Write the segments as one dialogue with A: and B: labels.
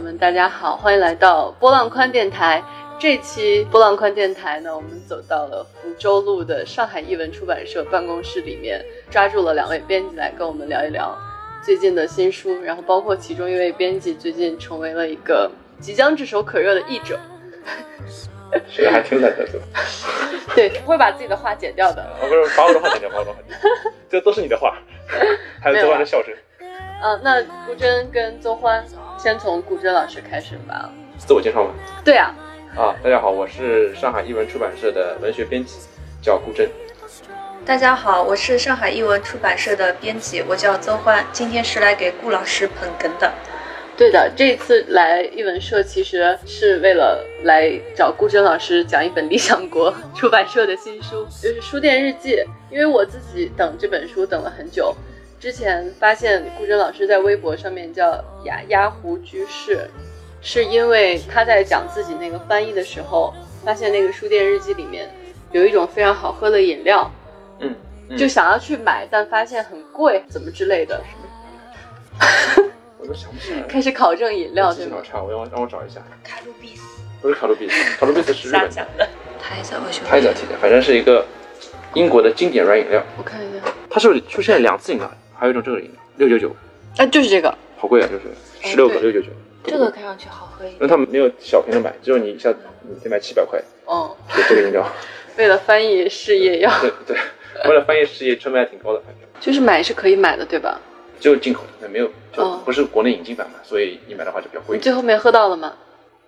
A: 们大家好，欢迎来到波浪宽电台。这期波浪宽电台呢，我们走到了福州路的上海译文出版社办公室里面，抓住了两位编辑来跟我们聊一聊最近的新书，然后包括其中一位编辑最近成为了一个即将炙手可热的译 者，
B: 觉得还挺冷的，对吧？
A: 对，不会把自己的话剪掉的。
B: 啊，不是，把 我的话剪掉，把我的话剪掉，这都是你的 话，还
C: 啊
B: 有昨晚的笑声。
A: 嗯，那顾真跟邹欢先从顾真老师开始吧。
B: 自我介绍吧。
A: 对啊，
B: 啊，大家好，我是上海译文出版社的文学编辑，叫顾真。
C: 大家好，我是上海译文出版社的编辑，我叫邹欢，今天是来给顾老师捧哏的。
A: 对的，这一次来译文社其实是为了来找顾真老师讲一本理想国出版社的新书，就是《书店日记》。因为我自己等这本书等了很久，之前发现顾真老师在微博上面叫雅雅湖居士，是因为他在讲自己那个翻译的时候，发现那个《书店日记》里面有一种非常好喝的饮料，
B: 嗯，嗯
A: 就想要去买，但发现很贵，怎么之类的，
B: 我都想不起来了。
A: 开始考证饮料，
B: 我记
A: 对
B: 性
A: 吗
B: 好？差，我要让我找一下。
C: 卡路比斯
B: 不是卡路比 斯，卡路比斯是日
C: 瞎
B: 本
C: 讲
B: 的，
C: 的，拍一下我学
B: 它也叫体检，反正是一个英国的经典软饮料。
A: 我看一下，
B: 它是不是出现了两次饮料，还有一种这个饮料六九九，
A: 啊，就是这个。
B: 好贵啊，就是十六个
A: 哎
B: 六九九。
C: 这个看上去好喝一
B: 因
C: 点。
B: 为他们没有小瓶的买，只有你一下你得买七百块，
A: 嗯，
B: 就这个饮料。
A: 为了翻译事业要，
B: 对 对，为了翻译事业成本还挺高的，反正。
A: 就是买是可以买的，对吧？
B: 就是进口的，那没有就
A: 哦
B: 不是国内引进版嘛，所以你买的话就比较贵
A: 你。最后面喝到了吗？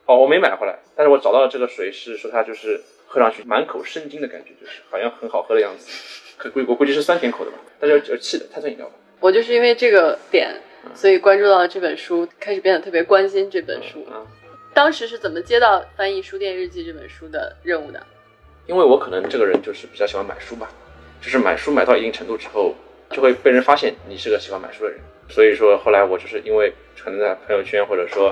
B: 哦，我没买回来，但是我找到了这个水是说它就是喝上去满口生津的感觉，就是好像很好喝的样子。可估我估计是酸甜口的吧，但是有有气的碳酸饮料吧。
A: 我就是因为这个点，所以关注到了这本书，开始变得特别关心这本书。
B: 啊，
A: 当时是怎么接到翻译《书店日记》这本书的任务的？
B: 因为我可能这个人就是比较喜欢买书吧，就是买书买到一定程度之后，就会被人发现你是个喜欢买书的人。所以说后来我就是因为可能在朋友圈或者说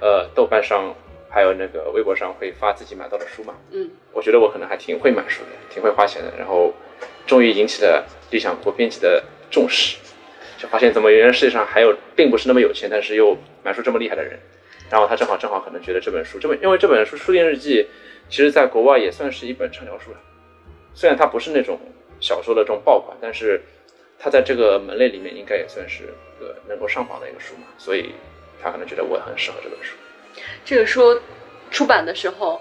B: 呃豆瓣上还有那个微博上会发自己买到的书嘛，
A: 嗯，
B: 我觉得我可能还挺会买书的，挺会花钱的。然后，终于引起了理想国编辑的重视，就发现怎么原来世界上还有并不是那么有钱，但是又买书这么厉害的人。然后他正好正好可能觉得这本书，这本因为这本书《书店日记》，其实在国外也算是一本畅销书了。虽然它不是那种小说的这种爆款，但是它在这个门类里面应该也算是一个能够上榜的一个书嘛，所以他可能觉得我很适合这本书。
A: 这个书出版的时候，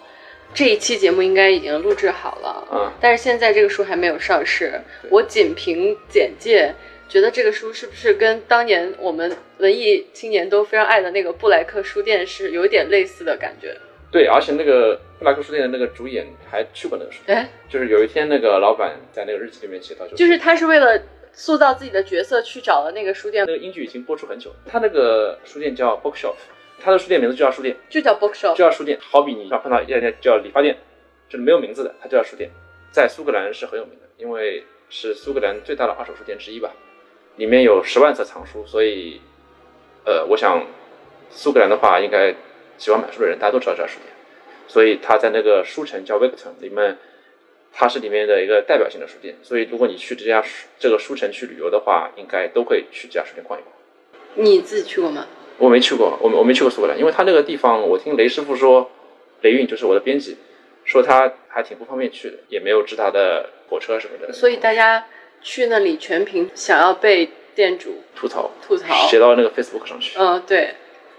A: 这一期节目应该已经录制好了，
B: 啊、
A: 但是现在这个书还没有上市。
B: 对
A: 我仅凭简介，觉得这个书是不是跟当年我们文艺青年都非常爱的那个布莱克书店是有一点类似的感觉？
B: 对，而且那个布拉克书店的那个主演还去过那个书店。
A: 哎，
B: 就是有一天，那个老板在那个日记里面写到，就
A: 就是他是为了塑造自己的角色去找了那个书店
B: 那，个英剧已经播出很久了，他那个书店叫 Bookshop，他的书店名字就叫书店，
A: 就叫 bookshop。
B: 就叫书店。好比你要碰到一家店叫理发店，就是没有名字的，它就叫书店。在苏格兰是很有名的，因为是苏格兰最大的二手书店之一吧，里面有十万册藏书，所以，呃，我想苏格兰的话，应该喜欢买书的人大家都知道这家书店，所以它在那个书城叫 Victon 里面，它是里面的一个代表性的书店，所以如果你去这家书这个书城去旅游的话，应该都会去这家书店逛一逛。
A: 你自己去过吗？
B: 我没去过，我没我没去过苏格兰，因为他那个地方，我听雷师傅说，雷运就是我的编辑，说他还挺不方便去的，也没有直达的火车什么的。
A: 所以大家去那里全凭想要被店主
B: 吐槽，
A: 吐槽。
B: 写到那个 Facebook 上去。
A: 嗯，对，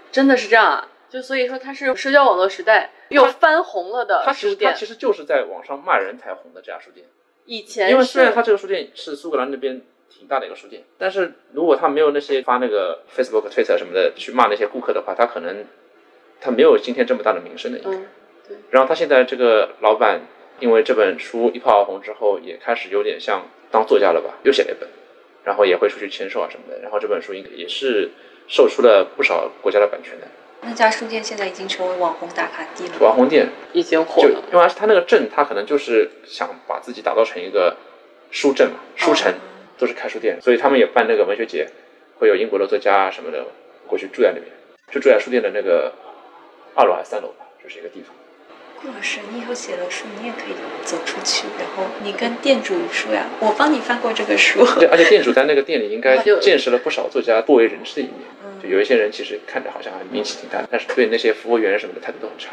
A: 真的是这样啊。就所以说，它是社交网络时代又翻红了的
B: 他其
A: 呃书
B: 实他
A: 店。
B: 其实就是在网上骂人才红的这家书店，
A: 以前
B: 因为
A: 是
B: 虽然他这个书店是苏格兰那边挺大的一个书店，但是如果他没有那些发那个 Facebook、Twitter 什么的去骂那些顾客的话，他可能他没有今天这么大的名声的。应该
A: 嗯，
B: 然后他现在这个老板，因为这本书一炮而红之后，也开始有点像当作家了吧，又写了一本，然后也会出去签售啊什么的。然后这本书应该也是售出了不少国家的版权的
C: 那家书店现在已经成为网红打卡地了。
B: 网红店，
A: 已经火
B: 就
A: 了。
B: 因为他那个镇，他可能就是想把自己打造成一个书镇嘛，
A: 哦
B: 书城都是开书店，所以他们也办那个文学节，会有英国的作家啊什么的过去住在那边，就住在书店的那个二楼还是三楼吧，就是一个地方。
C: 顾老师，你以后写了书，你也可以走出去，然后你跟店主说呀，我帮你翻过这 个书。
B: 对，而且店主在那个店里应该
A: 那就
B: 见识了不少作家不为人知的一面。
C: 嗯
B: 就有一些人其实看着好像名气挺大，但是对那些服务员什么的态度都很差。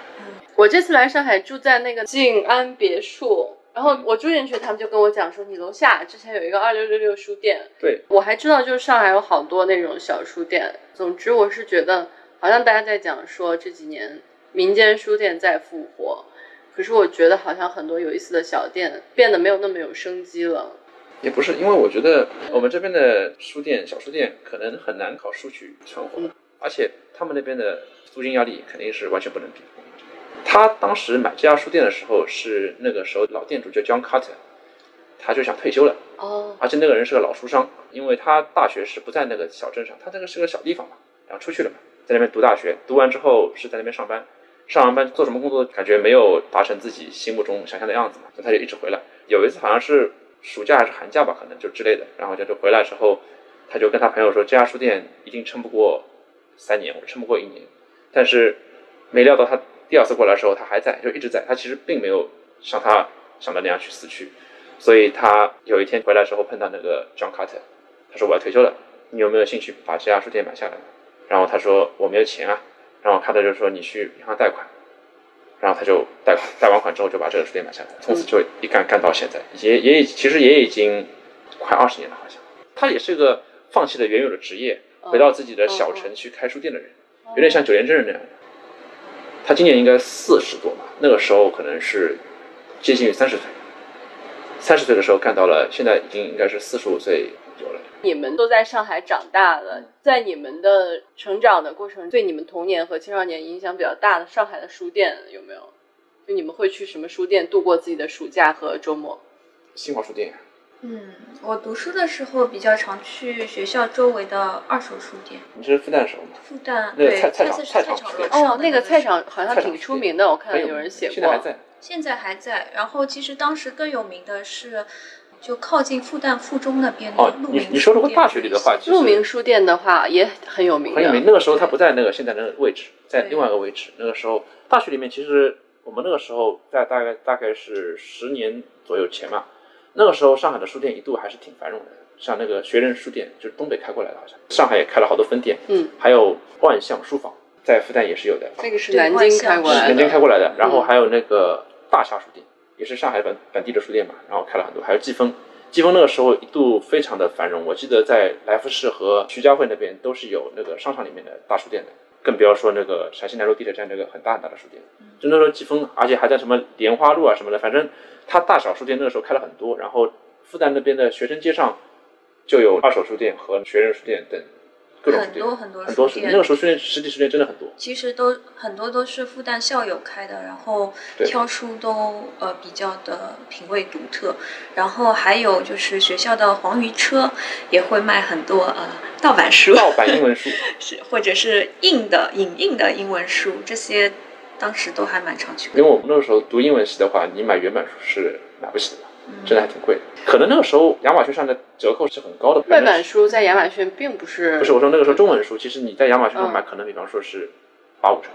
A: 我这次来上海住在那个静安别墅，然后我住进去，他们就跟我讲说，你楼下之前有一个二六六六书店，
B: 对，
A: 我还知道就是上海有好多那种小书店。总之，我是觉得好像大家在讲说这几年民间书店在复活，可是我觉得好像很多有意思的小店变得没有那么有生机了。
B: 也不是，因为我觉得我们这边的书店、小书店可能很难靠书去存活，而且他们那边的租金压力肯定是完全不能比。他当时买这家书店的时候，是那个时候老店主叫 John Carter，他就想退休了，
A: 哦，
B: 而且那个人是个老书商，因为他大学是不在那个小镇上，他那个是个小地方嘛，然后出去了嘛，在那边读大学，读完之后是在那边上班，上完班做什么工作，感觉没有达成自己心目中想象的样子嘛，所以他就一直回来。有一次好像是暑假还是寒假吧，可能就之类的，然后他就回来之后，他就跟他朋友说，这家书店一定撑不过三年，我撑不过一年。但是没料到他第二次过来的时候，他还在，就一直在。他其实并没有像他想的那样去死去，所以他有一天回来之后碰到那个 John Carter，他说我要退休了，你有没有兴趣把这家书店买下来？然后他说我没有钱啊，然后 Carter 就说你去银行贷款，然后他就贷款，贷完款之后就把这个书店买下来，从此就一干干到现在，也也已其实也已经快二十年了，好像。他也是个放弃了原有的职业，
A: 哦
B: 回到自己的小城去开书店的人。
A: 嗯
B: 有点像九连真人那样的。他今年应该四十多吧，那个时候可能是接近于三十岁。三十岁的时候干到了，现在已经应该是四十五岁有了。
A: 你们都在上海长大了，在你们的成长的过程，对你们童年和青少年影响比较大的上海的书店有没有？就你们会去什么书店度过自己的暑假和周末？
B: 新华书店，
C: 嗯，我读书的时候比较常去学校周围的二手书店，
B: 你这是复旦手吗？
C: 复旦
B: 那个
C: 对
B: 菜菜场
C: 次是
B: 菜
C: 菜
B: 场书店
C: 楼上
A: 哦，那个菜场好像
B: 菜场
A: 挺
B: 书
A: 出
B: 店
A: 名的，我看到
B: 很有
A: 呃有人写过。
B: 现在还在。
C: 现在还在。然后其实当时更有名的是，就靠近复旦附中那边的
B: 哦
C: 鹿，鸣
B: 你你说如果
C: 书店
B: 大学里的话，，其实
A: 鹿鸣书店的话也很有名的，
B: 很有名。那个时候他不在那个现在那个位置，在
C: 对
B: 另外一个位置。那个时候大学里面，其实我们那个时候在大概大概是十年左右前吧。那个时候上海的书店一度还是挺繁荣的，像那个学人书店，就是东北开过来的，好像上海也开了好多分店。
A: 嗯，
B: 还有万象书房，在复旦也是有的，
A: 那个是
C: 对
A: 南
C: 万
A: 京
C: 象
A: 开过
C: 是
A: 来
B: 南京开
A: 的。
B: 过来的。然后还有那个大厦书店，也是上海本本地的书店嘛，然后开了很多。还有季风，季风那个时候一度非常的繁荣，我记得在来福士和徐家汇那边都是有那个商场里面的大书店的，更不要说那个陕西南路地铁站那个很大很大的书店。就那时候季风，而且还在什么莲花路啊什么的，反正它大小书店那个时候开了很多。然后复旦那边的学生街上就有二手书店和学人书店等各种书
C: 很
B: 店。
C: 多很多
B: 很多书
C: 书店
B: 店，那个时候书店实体书店真的很多。
C: 其实都很多都是复旦校友开的，然后
B: 对
C: 挑书都呃比较的品味独特，然后还有就是学校的黄鱼车也会卖很多呃盗版书，
B: 盗版英文书，
C: 是或者是印的影印的英文书，这些当时都还蛮常去
B: 因为我们那个时候读英文系的话，你买原版书是买不起的嘛，
C: 嗯
B: 真的还挺贵的。可能那个时候亚马逊上的折扣是很高的，
A: 外版书在亚马逊并不是
B: 不是我说那个时候中文书，其实你在亚马逊
A: 嗯
B: 上买，可能比方说是八五折，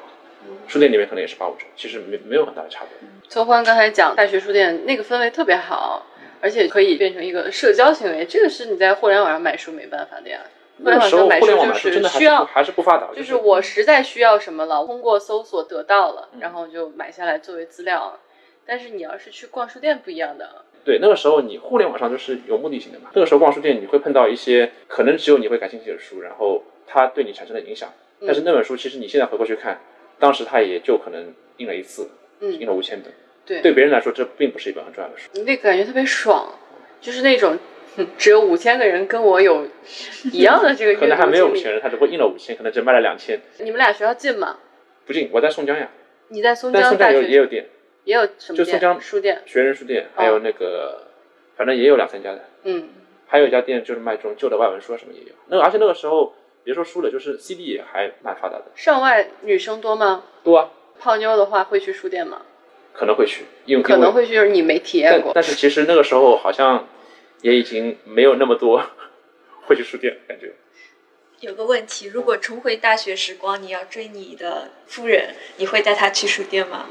B: 书店里面可能也是八五折，其实没没有很大的差别。
A: 秋欢刚才讲大学书店那个氛围特别好，而且可以变成一个社交行为，这个是你在互联网上买书没办法的呀。互
B: 那
A: 联
B: 个
A: 网
B: 时
A: 上
B: 候
A: 买
B: 互
A: 书
B: 联网
A: 就
B: 买书真的还
A: 需
B: 是不
A: 要，
B: 还是不发达，就
A: 就是我实在需要什么了，通过搜索得到了，
B: 嗯
A: 然后就买下来作为资料。但是你要是去逛书店不一样的，
B: 对，那个时候你互联网上就是有目的性的嘛。那个时候逛书店，你会碰到一些可能只有你会感兴趣的书，然后它对你产生了影响。
A: 嗯
B: 但是那本书其实你现在回过去看，当时它也就可能印了一次，印
A: 嗯，
B: 了五千本。
A: 对
B: 对别人来说，这并不是一本很重要的书。
A: 你那感觉特别爽，就是那种 哼只有五千个人跟我 有一样的这个阅读
B: 可能还没有五
A: 经
B: 千
A: 历。
B: 人，他只不过印了五千，可能只卖了两千，
A: 你们俩学校近吗？
B: 不进。我在宋江呀，
A: 你在松
B: 但
A: 江
B: 宋
A: 大
B: 江
A: 学
B: 也有也有店，
A: 也有什么
B: 就松江
A: 店？书店，
B: 学人书店，还
A: 哦
B: 有那个，反正也有两三家的。
A: 嗯。
B: 还有一家店就是卖这种旧的外文书啊什么也有。那个而且那个时候别说书了，就是 CD 也还蛮发达的，
A: 上外女生多吗？
B: 多啊，
A: 泡妞的话会去书店吗？
B: 可能会去，因为
A: 可
B: 因为
A: 能会去，就是你没体验
B: 但
A: 过。
B: 但是其实那个时候好像也已经没有那么多 会去书店，感觉
C: 有个问题，如果重回大学时光，你要追你的夫人，你会带她去书店吗？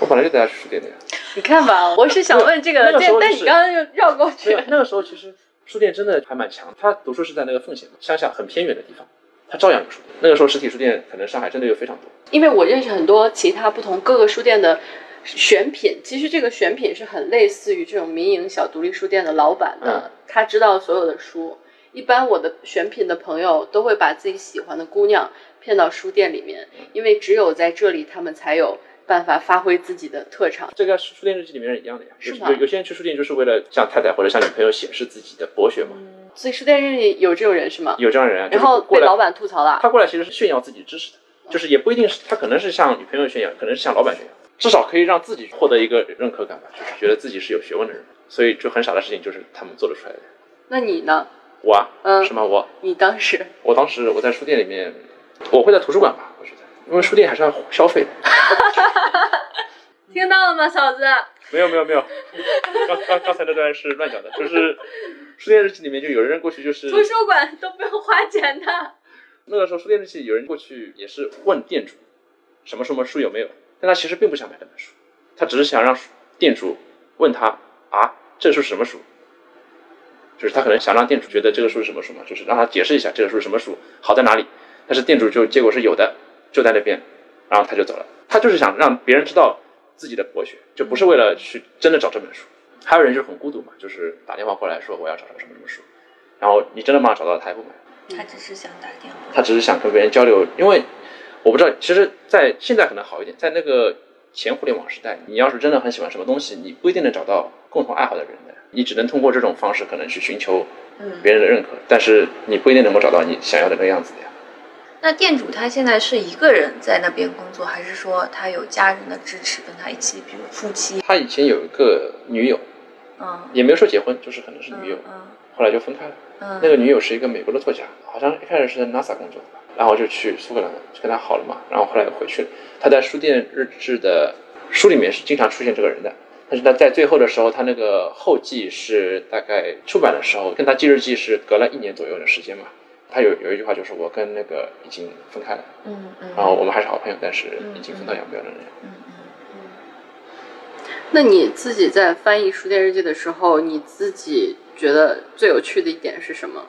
B: 我本来就带他去书店的呀。
A: 你看吧，我是想问这个，
B: 那个时
A: 但
B: 候
A: 但
B: 就是
A: 你刚刚又绕过去
B: 对啊，。那个时候其实书店真的还蛮强。他读书是在那个奉贤嘛，乡下很偏远的地方，他照样有书店。那个时候实体书店可能上海真的有非常多。
A: 因为我认识很多其他不同各个书店的选品，其实这个选品是很类似于这种民营小独立书店的老板的，
B: 嗯
A: 他知道所有的书。一般我的选品的朋友都会把自己喜欢的姑娘骗到书店里面，因为只有在这里他们才有办法发挥自己的特长。
B: 这个书店日记里面是一样的呀，
A: 是
B: 有
A: 吗
B: 有有些人去书店就是为了向太太或者向女朋友显示自己的博学嘛，
A: 所以书店日里有这种人是吗？
B: 有这样的人啊，
A: 嗯然后
B: 就是过
A: 被
B: 来
A: 老板嗯吐槽了。
B: 他过来其实是炫耀自己知识的，就是也不一定是他可能是向女朋友炫耀，可能是向老板炫耀，至少可以让自己获得一个认可感吧，就是觉得自己是有学问的人，所以就很傻的事情就是他们做得出来的。
A: 那你呢？
B: 我啊，
A: 嗯
B: 什么我，
A: 你当时
B: 我当时我在书店里面，我会在图书馆吧，我觉得，因为书店还是要消费的。
A: 听到了吗，嫂子？
B: 没有没有没有，刚刚刚才那段是乱讲的，就是书店日记里面就有人过去就是
A: 图书馆都不用花钱的。
B: 那个时候书店日记有人过去也是问店主什么什么书有没有，但他其实并不想买那本书，他只是想让店主问他啊这书是什么书，就是他可能想让店主觉得这个书是什么书嘛，就是让他解释一下这个书是什么书好在哪里，但是店主就结果是有的，就在那边，然后他就走了，他就是想让别人知道自己的博学，就不是为了去真的找这本书。还有人就是很孤独嘛，就是打电话过来说我要找什么什么什么书，然后你真的帮他找到了，他也不买。
C: 他只是想打电话。
B: 他只是想跟别人交流，因为我不知道，其实，在现在可能好一点，在那个前互联网时代，你要是真的很喜欢什么东西，你不一定能找到共同爱好的人的，你只能通过这种方式可能去寻求
C: 嗯，
B: 别人的认可，但是你不一定能够找到你想要的那个样子的呀。
C: 那店主他现在是一个人在那边工作，还是说他有家人的支持跟他一起，比如夫妻？
B: 他以前有一个女友，
C: 嗯，
B: 也没有说结婚，就是可能是女友，
C: 嗯
B: 后来就分开了。
C: 嗯，
B: 那个女友是一个美国的作家，好像一开始是在 NASA 工作的吧，然后就去苏格兰就跟他好了嘛，然后后来又回去了。他在书店日志的书里面是经常出现这个人的，但是他在最后的时候，他那个后记是大概出版的时候，跟他记日记是隔了一年左右的时间嘛。他有有一句话就是我跟那个已经分开了，
C: 嗯嗯，
B: 然后我们还是好朋友，但是
C: 嗯
B: 已经分道扬镳了那样。
C: 嗯嗯
A: 那你自己在翻译《书店日记》的时候，你自己觉得最有趣的一点是什么？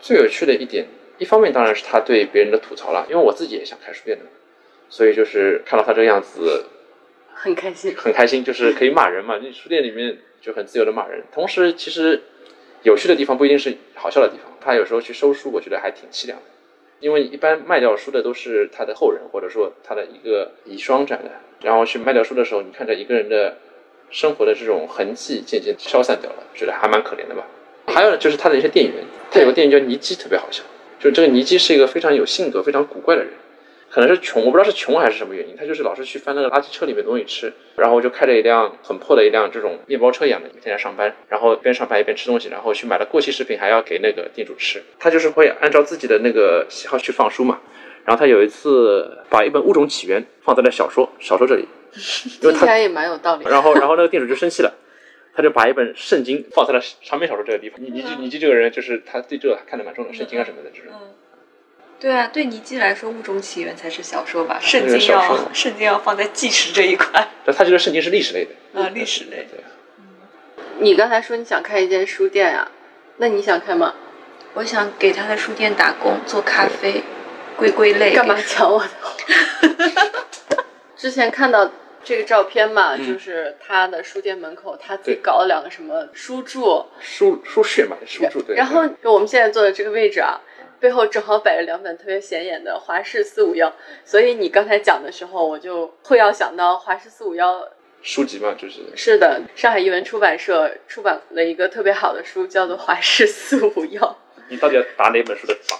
B: 最有趣的一点，一方面当然是他对别人的吐槽啦，因为我自己也想开书店的嘛，所以就是看到他这个样子，
A: 很开心。
B: 很开心，就是可以骂人嘛。你书店里面就很自由的骂人，同时其实有趣的地方不一定是好笑的地方。他有时候去收书，我觉得还挺凄凉的，因为一般卖掉书的都是他的后人，或者说他的一个遗孀这样的。然后去卖掉书的时候，你看着一个人的生活的这种痕迹渐渐消散掉了，觉得还蛮可怜的吧。还有就是他的一些店员，他有个店员叫尼基，特别好笑。就是这个尼基是一个非常有性格、非常古怪的人，可能是穷，我不知道是穷还是什么原因，他就是老是去翻那个垃圾车里面的东西吃，然后就开着一辆很破的一辆这种面包车一样的，每天来上班，然后边上班一边吃东西，然后去买了过期食品还要给那个店主吃，他就是会按照自己的那个喜好去放书嘛。然后他有一次把一本《物种起源》放在了小说小说这里，因为
A: 听起
B: 他
A: 来也蛮有道理。
B: 然后，然后那个店主就生气了，他就把一本圣经放在了长篇小说这个地方。你你你这个人就是他对这个看得蛮重的，圣经啊什么的这种。
C: 嗯，对啊，对尼基来说，《物种起源》才是小说吧？圣
B: 是
C: 经
B: 小说
C: 要圣经要放在纪实这一块
B: 但他觉得圣经是历史类的。
C: 啊，历史类。
B: 对，
A: 你刚才说你想开一间书店啊，那你想开吗？
C: 我想给他的书店打工，做咖啡，归归类。
A: 干嘛
C: 给
A: 抢我的话？ 之前看到这个照片嘛，
B: 嗯
A: 就是他的书店门口他自己
B: 对
A: 搞了两个什么书柱，
B: 书书穴嘛，书柱对。
A: 然后就我们现在坐的这个位置啊，背后正好摆着两本特别显眼的华氏四五幺，所以你刚才讲的时候，我就会要想到华氏四五幺。
B: 书籍嘛，就是
A: 是的，上海译文出版社出版了一个特别好的书，叫做《华氏四五幺》。
B: 你到底要打哪本书的榜？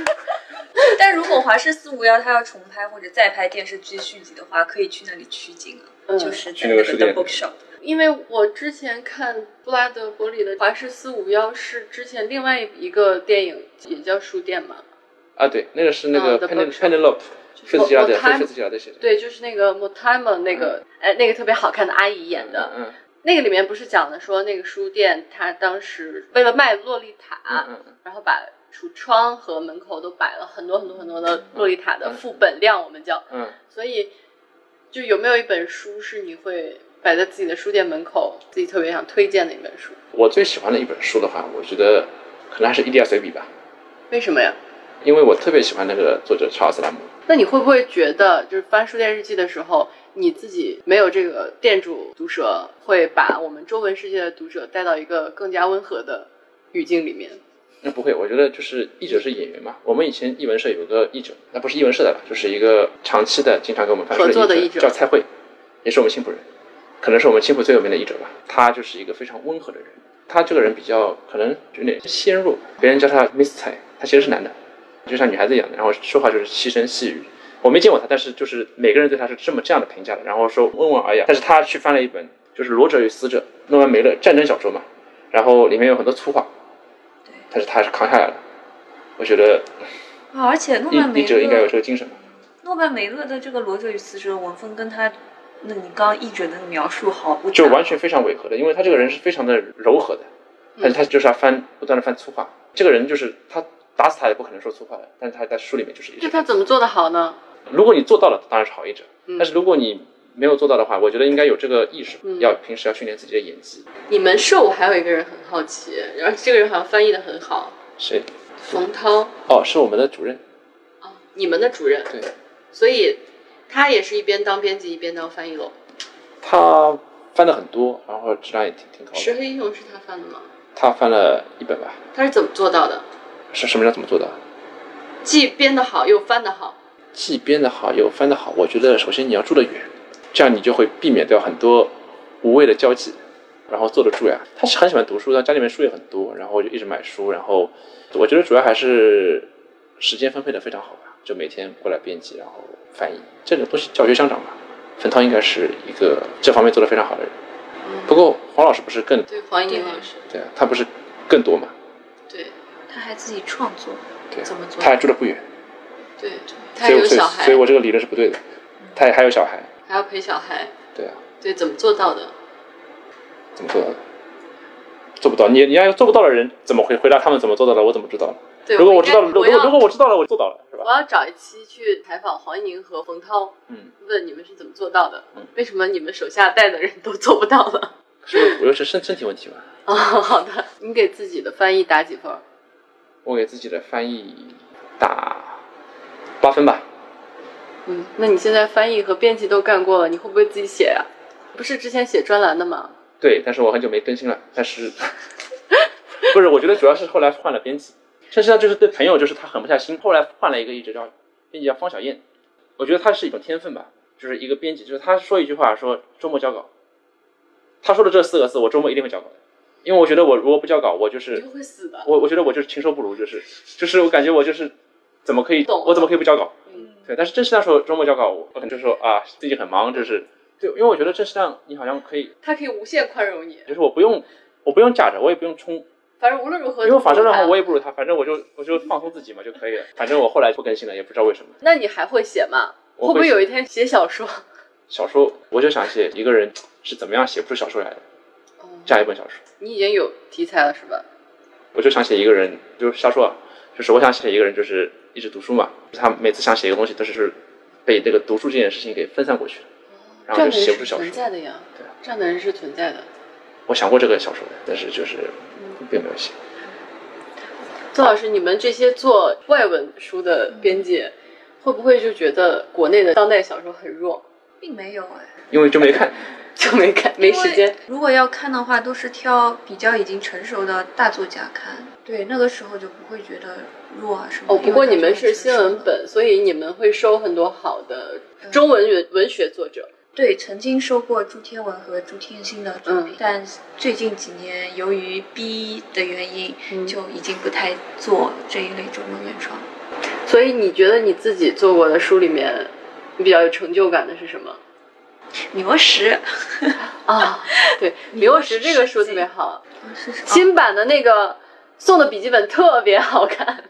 C: 但如果华氏四五幺他要重拍或者再拍电视剧续集的话，可以去那里取景啊，
A: 嗯
C: 就是在
B: 去那
C: 那个
B: 个书
C: The
B: 店
C: Bookshop。
A: 因为我之前看布拉德伯里的《华氏四五幺》是之前另外一个电影，也叫书店嘛。
B: 啊，对，那个是那
A: 啊
B: 个
A: ，The
B: Pen
A: Bookshop
B: Penelope，
A: 就是
B: 菲茨杰拉德，
A: 我看
B: 菲茨杰拉德写的。
A: 对，就是那个 Motama 那个，哎，那个特别好看的阿姨演的。
B: 嗯
A: 那个里面不是讲的说那个书店，他当时为了卖洛丽塔，
B: 嗯嗯
A: 然后把橱窗和门口都摆了很多很多很多的洛丽塔的副本量，我们叫。
B: 嗯
A: 所以就有没有一本书是你会摆在自己的书店门口，自己特别想推荐的一本书？
B: 我最喜欢的一本书的话，我觉得可能还是《伊利亚随笔》吧，
A: 为什么呀？
B: 因为我特别喜欢那个作者查尔斯·拉姆。
A: 那你会不会觉得，就是翻书店日记的时候，你自己没有这个店主毒舌，会把我们中文世界的读者带到一个更加温和的语境里面？
B: 那不会，我觉得就是译者是演员嘛。我们以前译文社有个译者，那不是译文社的了，就是一个长期的、经常给我们翻书
A: 合作的
B: 译
A: 译者
B: 叫蔡慧，也是我们青浦人，可能是我们青浦最有名的译者吧。他就是一个非常温和的人，他这个人比较可能有点纤弱，别人叫他 Miss 蔡，他其实是男的，就像女孩子一样的，然后说话就是细声细语。我没见过他，但是就是每个人对他是这么这样的评价的，然后说温文尔雅。但是他去翻了一本就是《罗者与死者》诺曼梅勒战争小说嘛，然后里面有很多粗话，但是他是扛下来了。我觉得
C: 啊，而且诺曼
B: 译译
C: 梅
B: 者应该有这
C: 勒，
B: 个精神吧。
C: 诺曼梅勒的这个《罗者与死者》文风跟他，那你刚刚译者的描述好不搭
B: 就完全非常违和的，因为他这个人是非常的柔和的，
A: 嗯
B: 但是他就是要翻不断的翻粗话。这个人就是他打死他也不可能说粗话的，但是他在书里面就是一直
A: 就他怎么做得好呢？
B: 如果你做到了，当然是好译者。
A: 嗯
B: 但是如果你没有做到的话，我觉得应该有这个意识，
A: 嗯
B: 要平时要训练自己的演技。
A: 你们社我还有一个人很好奇，然后这个人好像翻译的很好，
B: 谁？
A: 冯涛
B: 哦，是我们的主任。
A: 啊，你们的主任，
B: 对，
A: 所以他也是一边当编辑一边当翻译喽。
B: 哦他翻了很多，然后质量也挺挺高
A: 石
B: 的。
A: 黑英雄是他翻的吗？
B: 他翻了一本吧？
A: 他是怎么做到的？
B: 是什么叫怎么做的？
A: 既编得好又翻得好，
B: 既编得好又翻得好，我觉得首先你要住得远，这样你就会避免掉很多无谓的交际，然后坐得住呀。他是很喜欢读书，但家里面书也很多，然后就一直买书，然后我觉得主要还是时间分配的非常好吧，就每天过来编辑，然后翻译，这个东西教学相长吧。冯涛应该是一个这方面做得非常好的人，不过黄老师不是更
A: 对黄莹莹老师，
B: 对啊，他不是更多嘛？
A: 对
C: 他还自己创作，
B: 对啊
C: 怎么，做
B: 他还住得不远，
A: 对，他
B: 所以
A: 有
B: 我所以
A: 小
B: 所以
A: 孩，
B: 我这个理论是不对的，他也还有小孩，
A: 还要陪小孩，
B: 对啊。
A: 对，怎么做到的？
B: 怎么做到的？做不到，你你要做不到的人怎么回回答他们怎么做到的？我怎么知道？
A: 对，
B: 如果我
A: 应该
B: 知道了，如
A: 我
B: 果
A: 要
B: 如果我知道了，我做到了，是吧
A: 我？要找一期去采访黄莹和冯涛，
B: 嗯，
A: 问你们是怎么做到的
B: 嗯？
A: 为什么你们手下带的人都做不到了？
B: 是我又是身身体问题吧？
A: 哦，好的，你给自己的翻译打几分儿？
B: 我给自己的翻译打八分吧。
A: 嗯，那你现在翻译和编辑都干过了，你会不会自己写呀、不是之前写专栏的吗？
B: 对，但是我很久没更新了，但是 不是？我觉得主要是后来换了编辑，甚至他就是对朋友就是他狠不下心，后来换了一个译者叫编辑叫方小燕，我觉得他是一种天分吧，就是一个编辑，就是他说一句话说周末交稿，他说的这四个字我周末一定会交稿的，因为我觉得我如果不交稿，我就
A: 你
B: 是
A: 就会死的。
B: 我我觉得我就是禽兽不如，就是就是我感觉我就是怎么可以
A: 懂了
B: 我怎么可以不交稿？
A: 嗯，
B: 对，但是正式量说周末交稿，我我可能就说啊最近很忙，就是对，因为我觉得正式量你好像可以
A: 他可以无限宽容你，
B: 就是我不用，我不用架着，我也不用冲，
A: 反正无论如何
B: 因为反正的话
A: 还
B: 我也不如他，反正我就我就放松自己嘛就可以了。反正我后来不更新了，也不知道为什么。
A: 那你还会写吗？会不
B: 我会
A: 会
B: 写
A: 有一天写小 说？
B: 小说我就想写一个人是怎么样写不出小说来的，这样一本小说，
A: 哦你已经有题材了是吧？
B: 我就想写一个人，就是瞎说啊，就是我想写一个人，就是一直读书嘛，他每次想写一个东西都是被这个读书这件事情给分散过去了，然
A: 这
B: 后
A: 样
B: 就
A: 的人
B: 写不
A: 是
B: 出小
A: 存
B: 说。
A: 在的呀
B: 对啊，
A: 这样的人是存在的。
B: 我想过这个小说的，但是就是
A: 嗯
B: 并没有写。
A: 邹老师，你们这些做外文书的编辑，会不会就觉得国内的当代小说很弱，
C: 并没有哎。
B: 因为就没看，
A: 就没看没时
C: 因为
A: 间？
C: 如果要看的话，都是挑比较已经成熟的大作家看。对，那个时候就不会觉得弱啊什么。
A: 哦，不过你们是新
C: 新
A: 闻。本，所以你们会收很多好的
C: 嗯
A: 中文文文学作者。
C: 对，曾经收过朱天文和朱天心的作品，
A: 嗯
C: 但最近几年由于 B 的原因，
A: 嗯
C: 就已经不太做这一类中文原创。
A: 所以你觉得你自己做过的书里面，你比较有成就感的是什么？
C: 牛石，
A: 啊， 对，《李
C: 有
A: 若石》这个书特别好，
C: 哦是哦什么？
A: 新版的那个送的笔记本特别好看。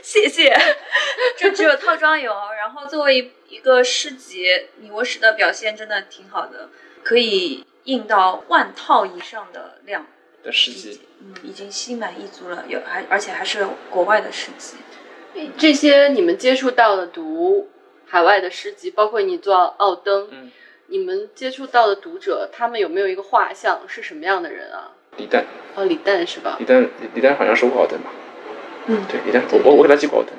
C: 谢谢， 就只有套装有。然后作为一个诗集，米沃什的表现真的挺好的，可以印到万套以上的量，
B: 的诗集
C: 嗯，已经心满意足了。有还而且还是国外的诗集，
A: 这些你们接触到的读，海外的诗集，包括你做奥登，
B: 嗯
A: 你们接触到的读者，他们有没有一个画像是什么样的人啊？
B: 李诞，
A: 哦，李诞是吧？
B: 李诞，李李诞好像是沃奥登吧？
A: 嗯
B: 对，李诞，我我我给他寄过奥登，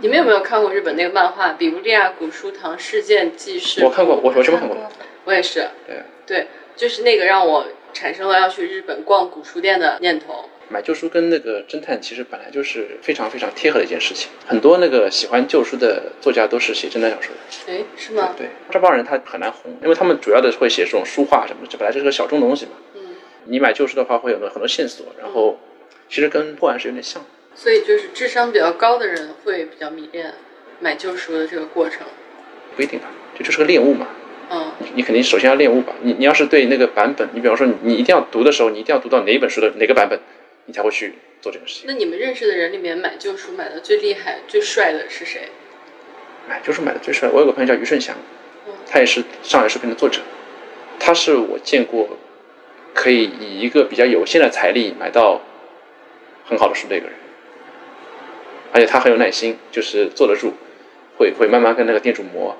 A: 你们有没有看过日本那个漫画《比乌利亚古书堂事件记事》？
B: 我看过，我我全部看过。
A: 我也是，
B: 对，
A: 对，就是那个让我产生了要去日本逛古书店的念头。
B: 买旧书跟那个侦探其实本来就是非常非常贴合的一件事情。很多那个喜欢旧书的作家都是写侦探小说的。
A: 哎，是吗？
B: 对，这帮人他很难红，因为他们主要的会写这种书画什么的，这本来就是个小众东西嘛。
A: 嗯，
B: 你买旧书的话，会有很多线索，然后其实跟破案是有点像。
A: 所以就是智商比较高的人会比较迷恋买旧书的这个过程。
B: 不一定吧，这就是个猎物嘛。
A: 嗯，
B: 你你肯定首先要猎物吧。你你要是对那个版本，你比方说你你一定要读的时候，你一定要读到哪一本书的哪个版本，你才会去做这件事情。
A: 那你们认识的人里面买旧书买的最厉害、最帅的是谁？
B: 买哎就是买的最帅。我有个朋友叫于顺祥
A: 嗯，
B: 他也是上海书评的作者，他是我见过可以以一个比较有限的财力买到很好的书的一个人，而且他很有耐心，就是坐得住，会会慢慢跟那个店主磨，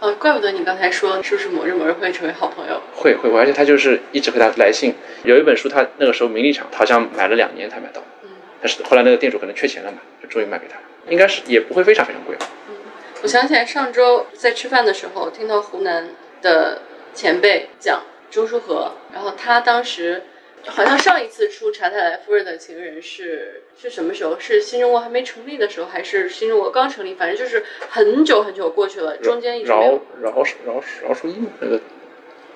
A: 哦，怪不得你刚才说是不是磨着磨着会成为好朋友？
B: 会会会，而且他就是一直回他来信。有一本书，他那个时候名利场好像买了两年才买到，
A: 嗯
B: 但是后来那个店主可能缺钱了嘛，就终于卖给他了，应该是也不会非常非常贵吧。
A: 嗯，我想起来上周在吃饭的时候听到湖南的前辈讲周书和，然后他当时好像上一次出查泰莱夫人的情人是是什么时候？是新中国还没成立的时候，还是新中国刚成立？反正就是很久很久过去了，中间一直
B: 饶
A: 没有。
B: 饶饶饶书义那个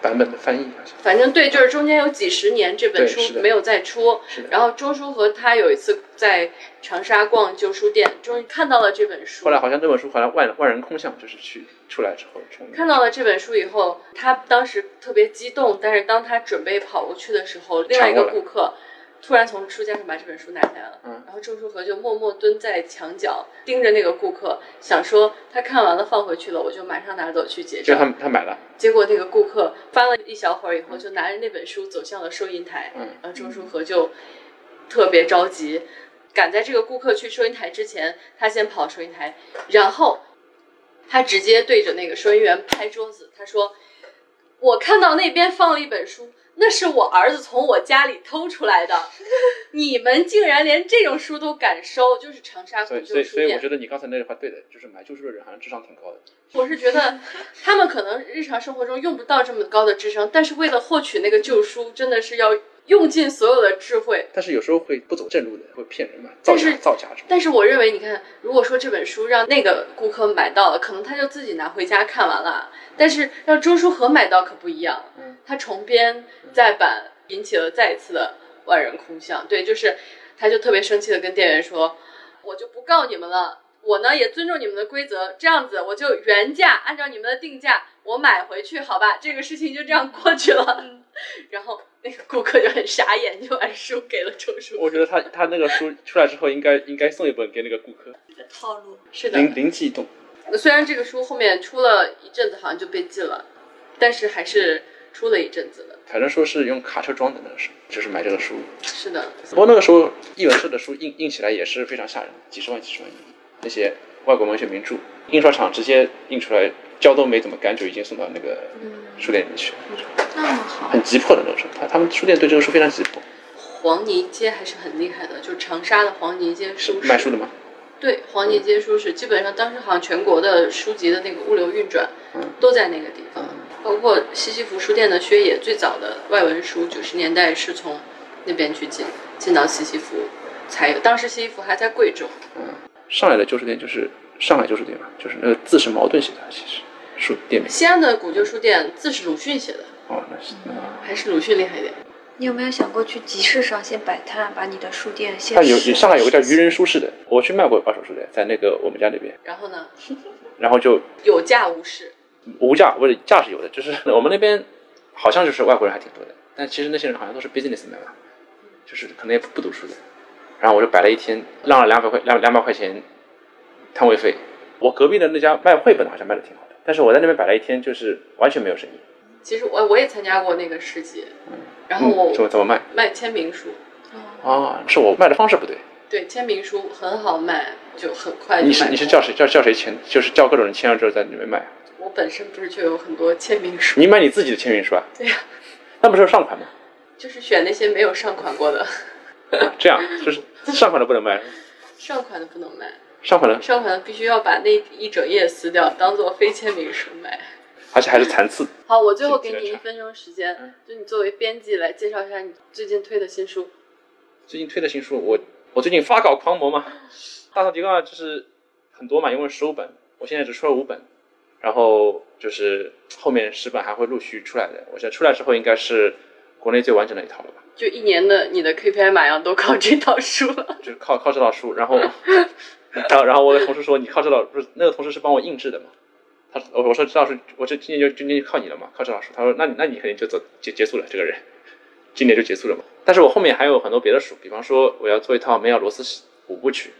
B: 版本的翻译好像。
A: 反正对，就是中间有几十年这本
B: 对
A: 书
B: 是的
A: 没有再出
B: 是的。
A: 然后周书和他有一次在长沙逛旧书店，终于看到了这本书。
B: 后来好像那本书好像万万人空巷，就是去出来之后重印
A: 看到了这本书以后，他当时特别激动，但是当他准备跑过去的时候，另外一个顾客突然从书架上把这本书拿下来了，
B: 嗯
A: 然后周书和就默默蹲在墙角盯着那个顾客，想说他看完了放回去了，我就马上拿走去结
B: 就他
A: 账。
B: 们他买了，
A: 结果那个顾客翻了一小会儿以后，就拿着那本书走向了收银台，
B: 嗯
A: 然后周书和就特别着急，赶在这个顾客去收银台之前，他先跑收银台，然后他直接对着那个收银员拍桌子，他说：“我看到那边放了一本书，那是我儿子从我家里偷出来的，你们竟然连这种书都敢收，就是长沙
B: 所
A: 古
B: 以所
A: 旧
B: 以
A: 书
B: 所以我
A: 店。”
B: 觉得你刚才那句话对的，就是买旧书的人好像智商挺高的。
A: 我是觉得他们可能日常生活中用不到这么高的智商，但是为了获取那个旧书，真的是要用尽所有的智慧。
B: 但是有时候会不走正路的，会骗人嘛，造
A: 但
B: 假
A: 是
B: 造假什么的。
A: 但是我认为，你看，如果说这本书让那个顾客买到了，可能他就自己拿回家看完了。但是让周书和买到可不一样
B: 嗯，
A: 他重编再版，引起了再一次的万人空巷。对，就是他就特别生气的跟店员说：“我就不告你们了，我呢也尊重你们的规则，这样子我就原价按照你们的定价我买回去，好吧？这个事情就这样过去了。” 然后那个顾客就很傻眼，就把书给了周书
B: 我
A: 和。
B: 觉得他他那个书出来之后，应该应该送一本给那个顾客，
C: 套路。
A: 是的，
B: 灵灵机一动。
A: 虽然这个书后面出了一阵子，好像就被禁了，但是还是出了一阵子的。
B: 反正说是用卡车装的那个时候，就是买这个书。
A: 是的，
B: 不过那个时候译文社的书印印起来也是非常吓人的，几十万几十万那些外国文学名著，印刷厂直接印出来，胶都没怎么干就已经送到那个书店里面去，
C: 嗯那么好，
B: 很急迫的那个时候，他他们书店对这个书非常急迫，
A: 黄泥街还是很厉害的，就长沙的黄泥街
B: 是
A: 书市。
B: 卖书的吗？
A: 对，黄泥街书市，基本上当时好像全国的书籍的那个物流运转
B: 嗯
A: 都在那个地方，
B: 嗯，
A: 包括西西弗书店的薛野，最早的外文书九十年代是从那边去进，进到西西弗才有。当时西西弗还在贵州，
B: 上海的旧书店就是上海旧书店嘛，就是那个字是矛盾写的，其实书店名
A: 西安的古旧书店字是鲁迅写的，
B: 哦，那是那
A: 还是鲁迅厉害一点。
C: 你有没有想过去集市上先摆摊，把你的书店先？
B: 它有有上海有个叫愚。人书市的，我去卖过二手书的，在那个我们家那边，
A: 然后呢？
B: 然后就
A: 有价无市。
B: 无价或者价是有的，就是 我们那边好像就是外国人还挺多的，但其实那些人好像都是 businessman 嘛，就是可能也不读书的。然后我就摆了一天，浪了两百块两两百块钱摊位费。我隔壁的那家卖绘本的好像卖的挺好的，但是我在那边摆了一天，就是完全没有生意。
A: 其实我我也参加过那个市集，然后
B: 嗯，怎
A: 我
B: 么怎么卖？啊
A: 卖签名书，
B: 啊，是我卖的方式不对，
A: 对，签名书很好卖，就很快就
B: 你是
A: 卖
B: 你是
A: 光
B: 叫谁叫叫谁签？就是叫各种人签了之后在里面卖。啊
A: 我本身不是就有很多签名书，
B: 你买你自己的签名是吧？
A: 对啊呀、
B: 那不是有上款吗？
A: 就是选那些没有上款过的，
B: 啊这样就是上款的不能卖，
A: 上款的不能卖，
B: 上款的
A: 上款的必须要把那一整页撕掉，当做非签名书卖。
B: 而且还是残次。
A: 好，我最后给
B: 这个
A: 你一
B: 查
A: 分钟时
B: 嗯
A: 间，就你作为编辑来介绍一下你最近推的新书。
B: 最近推的新书，我我最近发稿狂魔嘛，大扫提纲啊就是很多嘛，一共十五本，我现在只出了五本，然后就是后面十本还会陆续出来的。我现在出来之后应该是国内最完整的一套了吧，
A: 就一年的你的 KPI 马上都靠这套书了，
B: 就是靠靠这套书。然后，然后然后我的同事说你靠这套，不是那个同事是帮我印制的嘛。他说我我说这套书我这今年就今年就靠你了嘛，靠这套书。他说那你那你肯定就走结结束了这个人，今年就结束了嘛。但是我后面还有很多别的书，比方说我要做一套梅尔罗斯五部曲，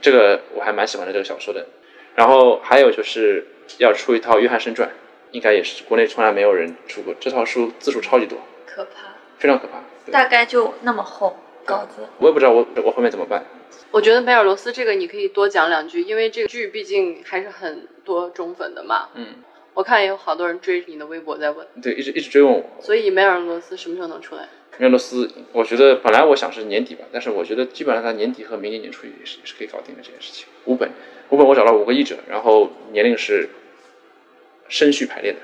B: 这个我还蛮喜欢的这个小说的。然后还有就是要出一套约翰生传，应该也是国内从来没有人出过，这套书字数超级多，
C: 可怕，
B: 非常可怕。对
C: 大概就那么厚稿子。
B: 我也不知道我我后面怎么办，
A: 我觉得梅尔罗斯这个你可以多讲两句，因为这个剧毕竟还是很多忠粉的嘛。
B: 嗯，
A: 我看也有好多人追你的微博在问，
B: 对，一直一直追问我，
A: 所以梅尔罗斯什么时候能出来？
B: 梅罗斯，我觉得本来我想是年底吧，但是我觉得基本上在年底和明年年初也是也是可以搞定的这件事情。五本，五本我找了五个译者，然后年龄是升序排列的，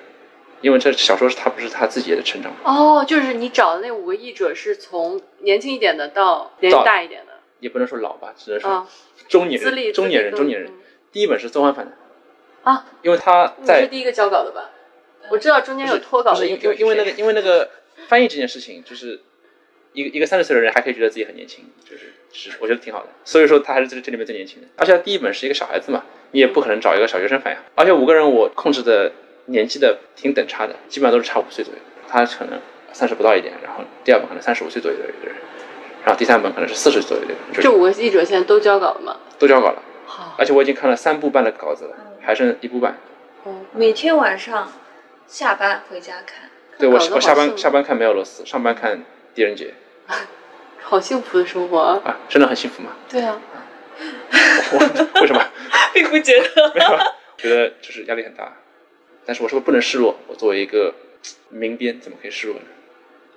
B: 因为这小说是他不是他自己的成长，
A: 哦，就是你找的那五个译者是从年轻一点的到年纪大一点的
B: 也不能说老吧，只能说
A: 啊，
B: 中年
A: 资
B: 人，
A: 历嗯
B: 中年人，中年人。。第一本是曾焕凡的
A: 啊，
B: 因为他
A: 你是
B: 在
A: 第一个交稿的吧？我知道中间有脱稿
B: 不
A: 的
B: 是
A: 译
B: 因
A: 者
B: 为
A: 是谁，
B: 因为那个因为那个翻译这件事情，就是一个一个三十岁的人还可以觉得自己很年轻，就是是我觉得挺好的。所以说他还是这这里面最年轻的，而且他第一本是一个小孩子嘛，你也不可能找一个小学生翻译啊。而且五个人我控制的年纪的挺等差的，基本上都是差五岁左右，他可能三十不到一点，然后第二本可能三十五岁左右的一个人，然后第三本可能是四十左右的一个人，就是
A: 这五个译者现在都交稿了吗？
B: 都交稿了。
A: 好，
B: 而且我已经看了三部半的稿子了，还剩一部半。
A: 嗯，
C: 每天晚上下班回家看，
B: 对我
A: 搞得
B: 我下
A: 好幸
B: 班
A: 福
B: 下班看梅尔罗斯，上班看狄仁杰
A: 好幸福的生活啊！
B: 啊，真的很幸福嘛。
A: 对啊，
B: 我 为什么？
C: 并不觉得。
B: 没有，啊觉得就是压力很大。但是我说不能示弱，我作为一个嘖民编，怎么可以示弱呢？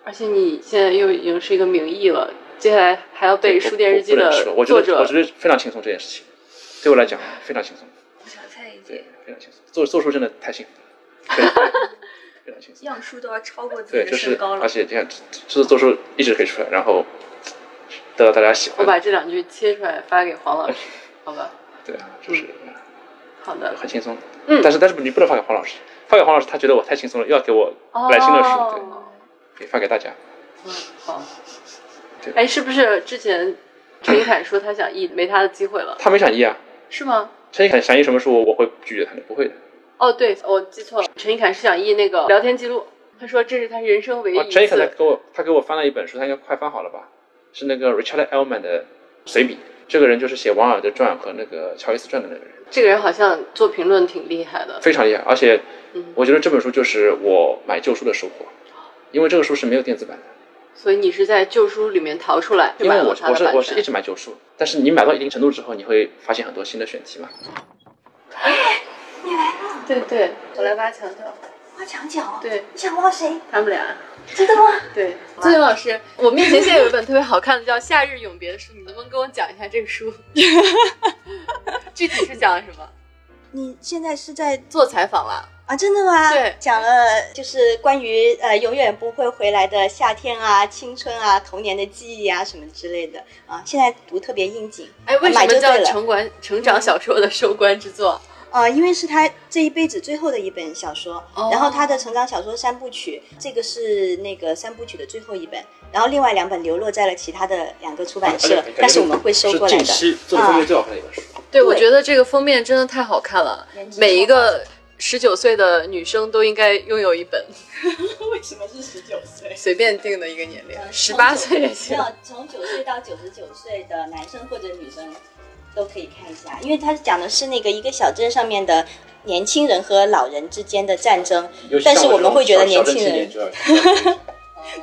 A: 而且你现在又已经是一个名义了，接下来还要被《
B: 我
A: 书店日记》
B: 我不
A: 的
B: 能示弱我觉
A: 作
B: 得我觉
A: 者。
B: 得非常轻松这件事情，对我来讲非常轻松，
C: 小菜一
B: 对
C: 碟，，
B: 非常轻松。做做书真的太幸福了，非常非 常轻松。
C: 样书都要超过自己
B: 对，
C: 的
B: 就
C: 身
B: 是啊
C: 高了
B: 而。且这样，就是做书一直可以出来，然后嘖得到大家喜
A: 我
B: 欢。
A: 把这两句切出来发给黄老 师，好吧？
B: 对啊，就是
A: 嗯好的，
B: 很轻松。
A: 嗯
B: 但是但是你不能发给黄老师，发给黄老师他觉得我太轻松了，又要给我来新的书，对，
A: 哦
B: 可以发给大家。
A: 嗯，好
B: 对。
A: 哎，是不是之前陈一凯说他想译，没他的机会了，
B: 他没想译啊，
A: 是吗？
B: 陈一凯想译什么书，我我会拒绝他的，不会的。
A: 哦，对，我记错了，陈一凯是想译那个聊天记录，他说这是他人生唯一
B: 啊
A: 一，
B: 陈一凯他
A: 次。
B: 给我他给我翻了一本书，他应该快翻好了吧？是那个 Richard Ellman 的随笔。这个人就是写《王尔德传》和那个《乔伊斯传》的那个人，
A: 这个人好像做评论挺厉害的，
B: 非常厉害。而且
A: 嗯，
B: 我觉得这本书就是我买旧书的收获，因为这个书是没有电子版的。
A: 所以你是在旧书里面逃出来，去
B: 因
A: 买
B: 为
A: 了
B: 我是
A: 他
B: 我
A: 的
B: 是
A: 版
B: 我是一
A: 权。
B: 直买旧书，但是你买到一定程度之后，你会发现很多新的选题嘛。
A: 对对，我来挖墙角。
D: 挖墙角，
A: 对
D: 你想挖谁？
A: 他们俩，
D: 真的吗？
A: 对，曾云老师，我面前现在有一本特别好看的叫《夏日永别》的书，你能不能跟我讲一下这个书？ 具体是讲了什么？
D: 你现在是在
A: 做采访啦。
D: 啊？真的吗？
A: 对
D: 讲了就是关于呃永远不会回来的夏天啊、青春啊、童年的记忆啊什么之类的啊。现在读特别应景
A: 哎，为什
D: 买
A: 么
D: 就
A: 叫
D: 对了
A: 成管成长小说的收官之作？
D: 啊，因为是他这一辈子最后的一本小说，
A: 哦
D: 然后他的成长小说三部曲，这个是那个三部曲的最后一本，然后另外两本流落在了其他的两个出版社，
B: 啊
D: 但是我们会收过来
B: 是近
D: 的。
B: 期做的封面最好看的一本书。
A: 对，我
D: 对
A: 觉得这个封面真的太好看了
D: 颜，值
A: 每一
D: 超高
A: 个十九岁的女生都应该拥有一本，
D: 为什么是十九岁？嗯
A: 随便定的一个年龄，十八岁也
D: 没
A: 行
D: 有。，从九岁到九十九岁的男生或者女生都可以看一下，因为他讲的是那个一个小镇上面的年轻人和老人之间的战争。
B: 尤其
D: 但是
B: 像
D: 我们
B: 这种
D: 会觉得
B: 小
D: 年轻
B: 小镇
D: 人
B: 青年就要去看这个书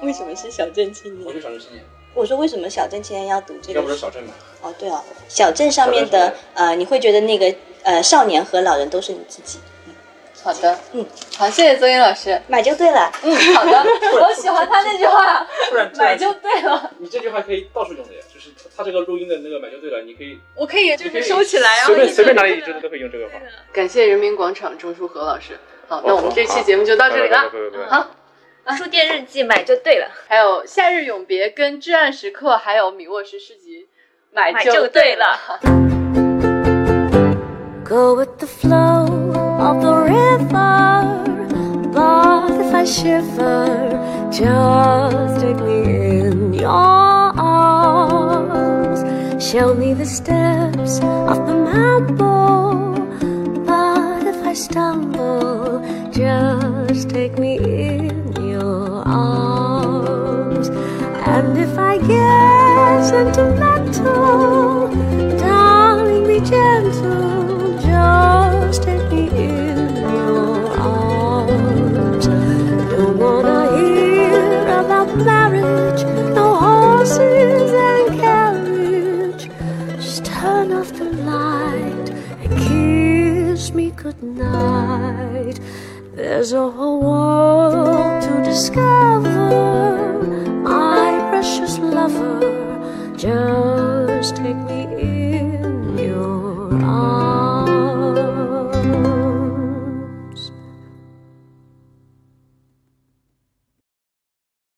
D: 为什么是小镇青
B: 我
D: 年？
B: 就想着今年，
D: 我说为什么小镇青年要读这个
B: 要不是小镇吧，
D: 哦，对哦，小镇上面
B: 小镇
D: 的呃，你会觉得那个呃，少年和老人都是你自己，
A: 好的，
D: 嗯，
A: 好，谢谢邹英老 师。
D: 买就对了。
A: 嗯，好的，我喜欢他那句 话，
B: 突然
A: 买就对了。
B: 你这句话可以到处用的呀，就是他这个录音的那个买就对了，你可以
C: 我可以就是收起来，然后
B: 随便
C: 一直
B: 随便哪里
C: 对
B: 真的
C: 的
B: 都可以用这个话
C: 对。的
A: 感谢人民广场钟书和老师。好，那我们
B: 哦好
A: 这期节目就到这里
B: 拜拜
A: 了
B: 拜。拜拜拜
A: 好
C: 啊书店日记买就对了，
A: 还有《夏日永别》跟《至暗时刻》，还有《米沃什诗集》，买
C: 买
A: 就
C: 就
A: 对
C: 对
A: 了
C: 了。
E: Go with the flow of the river. But if I shiver, just take me in your arms. Show me the steps of the marble. But if I stumble, just take me in your arms. And if I get sentimental, darling, be gentle. Just take me in your arms. Don't wanna hear about marriage, no horses and carriage. Just turn off the light and kiss me goodnight. There's a whole world to discover, my precious lover. Just